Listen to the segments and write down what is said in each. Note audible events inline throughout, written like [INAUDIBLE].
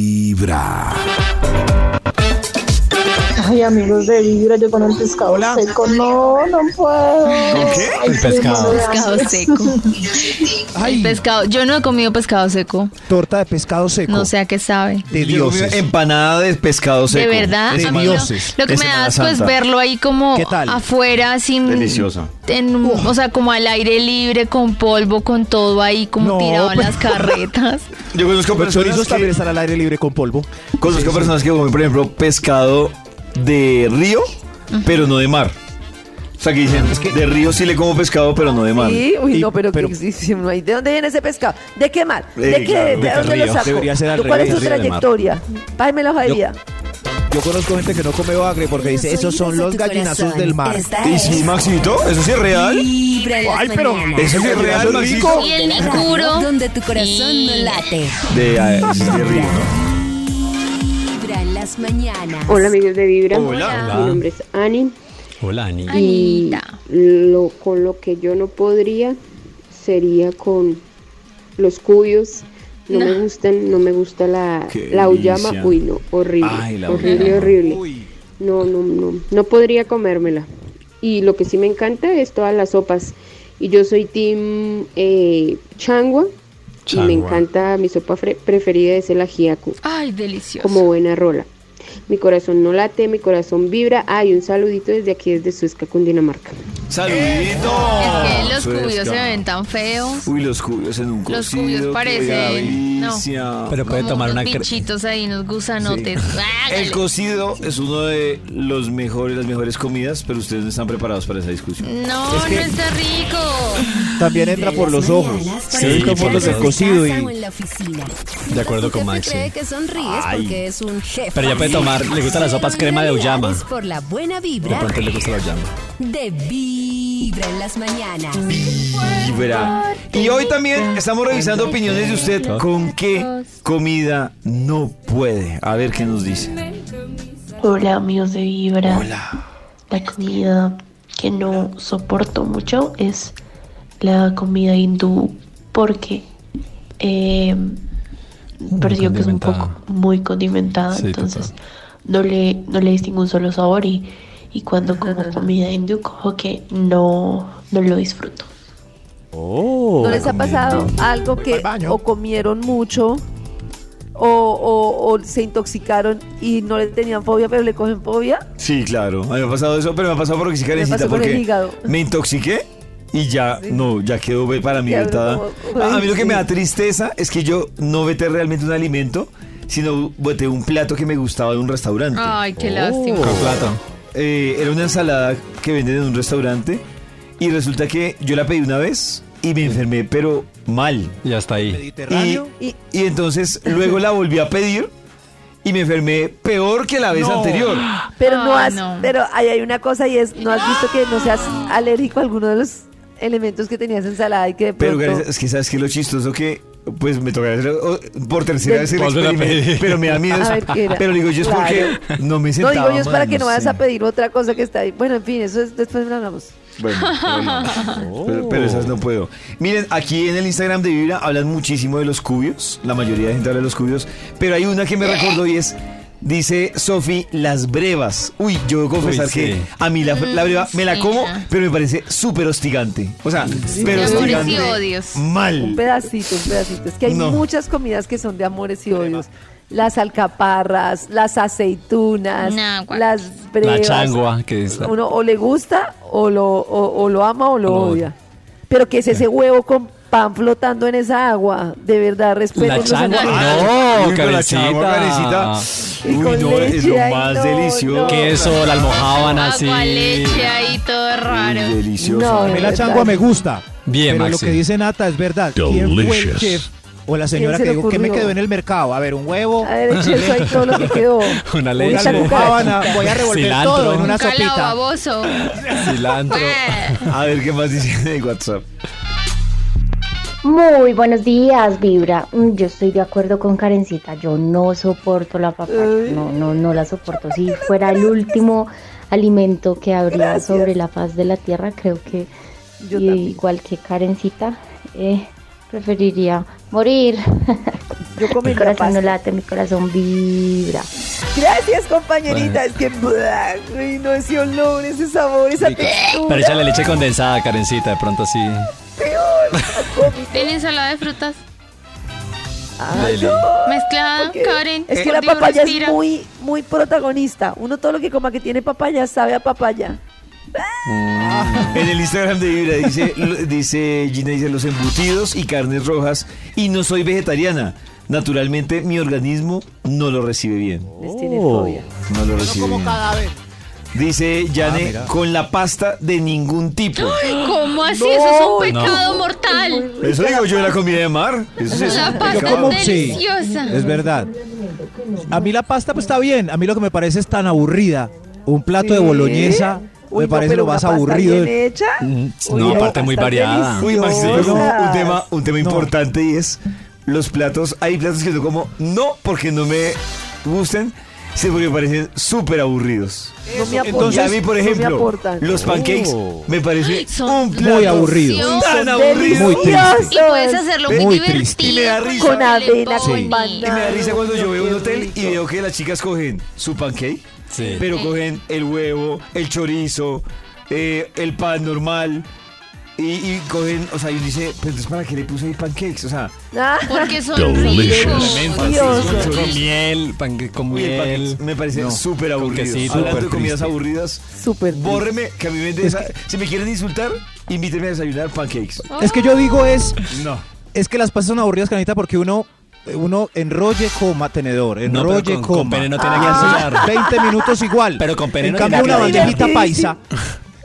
Vibra. Ay, amigos de Vibra, yo con el pescado Hola. seco. No, no puedo. qué? Ay, El pescado. Dios mío, Pescado gracias. seco. Ay, Pescado. Yo no he comido pescado seco. torta de pescado seco. No sé a qué sabe. De Yo comí dioses. Pues, Empanada de pescado seco. De verdad, De a mí lo, dioses. lo que De me da Semana asco es Santa. verlo ahí como ¿Qué tal? afuera Mm. sin... Deliciosa. en un- o sea, como al aire libre, con polvo, con todo ahí, como No, tirado en pero- las carretas. Yo conozco Los personas chorizos también que, están al aire libre con polvo. conozco personas que comen, por ejemplo, pescado de río, pero no de mar. O sea, que dicen, de río sí le como pescado, pero no de mar. Sí, uy, Y- no, pero, pero- que existe, no hay- ¿de dónde viene ese pescado? ¿De qué mar? Eh, ¿De qué? claro, ¿De de dónde lo río. saco? Debería ser al ¿Tú ¿Cuál es revés, tu río de mar. trayectoria? Págame la bebida. Yo conozco gente que no come bagre porque dice, esos son los gallinazos del mar. ¿Y sí, Maxito? ¿Eso sí es real? Ay, pero- ¿Eso sí es real, Maxito? Y el licuro. Donde tu corazón no Y- late. De, ah, eso sí es de río. Vibra en las mañanas. Hola amigos de Vibra, Hola. mi nombre es Ani Hola, Ani. y Anita. lo, con lo que yo no podría sería con los cuyos. No, me gustan, no me gusta la, Qué la uyama, delicia. uy no, horrible, Ay, la horrible, uyama. horrible. No, no, no, no podría comérmela. Y lo que sí me encanta es todas las sopas. Y yo soy team eh, changua, y me Changua. encanta, mi sopa fre- preferida es el ajiaco Ay, delicioso. como buena rola. Mi corazón no late, mi corazón vibra. Ay, un saludito desde aquí, desde Suezca, Cundinamarca. ¡Saludito! Es que los cuyos se Fresca. ven tan feos. Uy, los cubios en un cocido. Los cubios qué parecen- no. delicia. Pero puede como tomar unos una cre- bichitos ahí, unos gusanotes. El Hágale. cocido es uno de los mejores, las mejores comidas, pero ustedes no están preparados para esa discusión. No, Es que- no está rico. También entra por los ojos. Sí, Se ubica por por los los del cocido y... De acuerdo con Maxi. Maxi. cree que sonríes Ay. porque es un jefe. Pero ya puede tomar, le gustan las sopas crema de auyama. Por la buena De vibra pronto le gusta la llama. de Vibra en las mañanas. Vibra. Y hoy también estamos revisando opiniones de usted con qué comida no puede. A ver qué nos dice. Hola amigos de Vibra. Hola. La comida que no soporto mucho es la comida hindú porque eh, percibo que es un condimentada. poco muy condimentada, Sí, entonces no le, no le distingo un solo sabor y, y cuando como comida hindú como que no, no lo disfruto. ¿No les ha pasado algo que al baño. o comieron mucho o, o- o se intoxicaron y no le tenían fobia, pero le cogen fobia? Sí, claro. A mí me ha pasado eso, pero me ha pasado por oxicar Me necesita pasó por el porque hígado. me intoxiqué y ya no, ya quedó ve- para mí Ya, vetada. no, A mí lo que me sí. da tristeza es que yo no vete realmente un alimento, sino vete un plato que me gustaba de un restaurante. Ay, Oh. qué lástima. Con plata. Oh. Eh, era una ensalada que venden en un restaurante y resulta que yo la pedí una vez y me enfermé, pero mal. Y hasta ahí. Y, Mediterráneo. y- y entonces luego la volví a pedir y me enfermé peor que la vez anterior. Pero no Ay, has, no. pero ahí hay una cosa y es, ¿no has visto que no seas alérgico a alguno de los elementos que tenías en ensalada y que de Pero pronto... Karen, es que sabes que lo chistoso que pues me tocará hacer o- por tercera Del- vez el Volver a experimento, pedir. pero me da miedo. A eso. ver, ¿qué era? Pero digo yo es Claro. porque no me No sentaba. digo yo es para mal, que no vayas sé. a pedir otra cosa que está ahí. Bueno, en fin, eso es, después lo hablamos. Bueno, pero, pero- pero esas no puedo. Miren, aquí en el Instagram de Vibra hablan muchísimo de los cubios. La mayoría de gente habla de los cubios. Pero hay una que me recordó y es. Dice Sofi, las brevas. Uy, yo debo confesar Uy, sí. que a mí la, la breva me la Mm, sí, como, ya. pero me parece súper hostigante. O sea, pero De amores hostigante. y odios. Mal. Un pedacito, un pedacito. Es que hay No. muchas comidas que son de amores y odios. Las alcaparras, las aceitunas, No, guac. las brevas. La changua, que es la- Uno o le gusta o lo, o, o lo ama o lo Lo odia. odia. Pero que es ese huevo con pan flotando en esa agua. De verdad, respeto. La changua. Ay, No, uy, con la changua, cabecita. carecita. Y Uy, con no, es leche, lo ay, más no, delicioso. no. Queso, la almojábana, así. Agua, leche ahí, todo raro. Uy, delicioso. No, A mí la ¿verdad? changua me gusta. Bien, Pero Maxi. lo que dice Nata es verdad. ¿Quién fue el Delicious. chef o la ¿Quién señora se que le dijo que me ocurrió? quedó en el mercado? A ver, un huevo, A ver, eche eso ahí todo lo que quedó. Una una leche. almohábana, [LAUGHS] voy a revolver Cilantro. todo en una Calao, sopita. [LAUGHS] baboso. [LAUGHS] Cilantro. A ver qué más dicen en WhatsApp. Muy buenos días, Vibra. Mm, Yo estoy de acuerdo con Karencita. Yo no soporto la papaya. No, no, no la soporto. Si fuera el último alimento que habría Gracias. sobre la faz de la tierra, creo que Yo y- también. igual que Karencita, eh, preferiría morir. Yo Mi comería corazón no pasta. late, mi corazón vibra. Gracias, compañerita. Es que. Ay, no, ese olor, ese sabor, esa textura. Pero échale leche condensada, Karencita, de pronto sí. peor. ¿Tiene ensalada de frutas? Leli. Mezclada, Porque Ah, Karen. Ah, Es que por la Dios, papaya respira. es muy, muy protagonista. Uno todo lo que coma que tiene papaya sabe a papaya. En el Instagram de Vibra dice, lo- dice Gina dice los embutidos y carnes rojas y no soy vegetariana. Naturalmente mi organismo no lo recibe bien. Oh, Les tiene fobia. No lo recibe bien. Dice Yane, con la pasta de ningún tipo. ¿Cómo así? [GASPS] Eso es un pecado mortal. Eso digo yo de la comida de mar. Eso es La eso. pasta como- es sí. deliciosa. Es verdad. A mí la pasta pues está bien. A mí lo que me parece es tan aburrida. Un plato de Sí. boloñesa Uy, me no, parece pero lo una más pasta atengo bien hecha. Uy, No, pero aparte muy pastas variada. Uy, Maxi, tengo deliciosas. un tema, un tema importante y es los platos. Hay platos que yo como no porque no me gusten, sino porque me parecen súper aburridos. No me aportan, Entonces, a mí, por no me ejemplo, aportan. los pancakes me parece Son un plato Muy aburrido. Tan Son aburrido. Muy triste. deliciosos. Y puedes hacerlo muy, Muy divertido. triste. Y me da risa. Con avena, Sí. con banana. Y me da risa cuando yo veo un Qué hotel y rico. veo que las chicas cogen su pancake, Sí. pero cogen el huevo, el chorizo, eh, el pan normal. Y, y cogen, o sea, y uno dice, pues entonces, ¿para qué le puse ahí pancakes? O sea, Ah, Porque son Delicious. ricos. Dios. Con miel, pan- con Uy, el miel. pancakes me parece No, súper con aburrido. quesito, Hablando de súper comidas triste. aburridas, Súper. bórreme que a mí me desa- Si me quieren insultar, invítenme a desayunar pancakes. Es que yo digo es No. es que las pastas son aburridas, Canita, porque uno uno enrolle coma tenedor, No, pero enrolle con- coma. con pene no tiene que Y así, enrollar. 20 minutos igual. Pero con pene En no cambio tiene una que enrollar. bandejita paisa.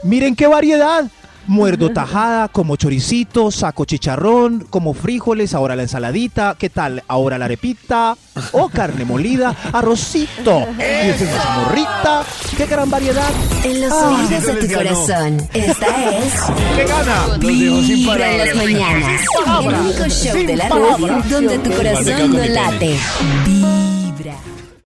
Miren qué variedad. Muerdo tajada, como choricito, saco chicharrón, como frijoles, ahora la ensaladita, ¿qué tal? Ahora la arepita, o carne molida, arrocito, y después la zamorrita, qué gran variedad. En los Ah. oídos de tu corazón. Esta es. ¡Qué gana! Los dejo sin Vibra en las parar. mañanas. El único show de la radio donde tu corazón no late. Vibra.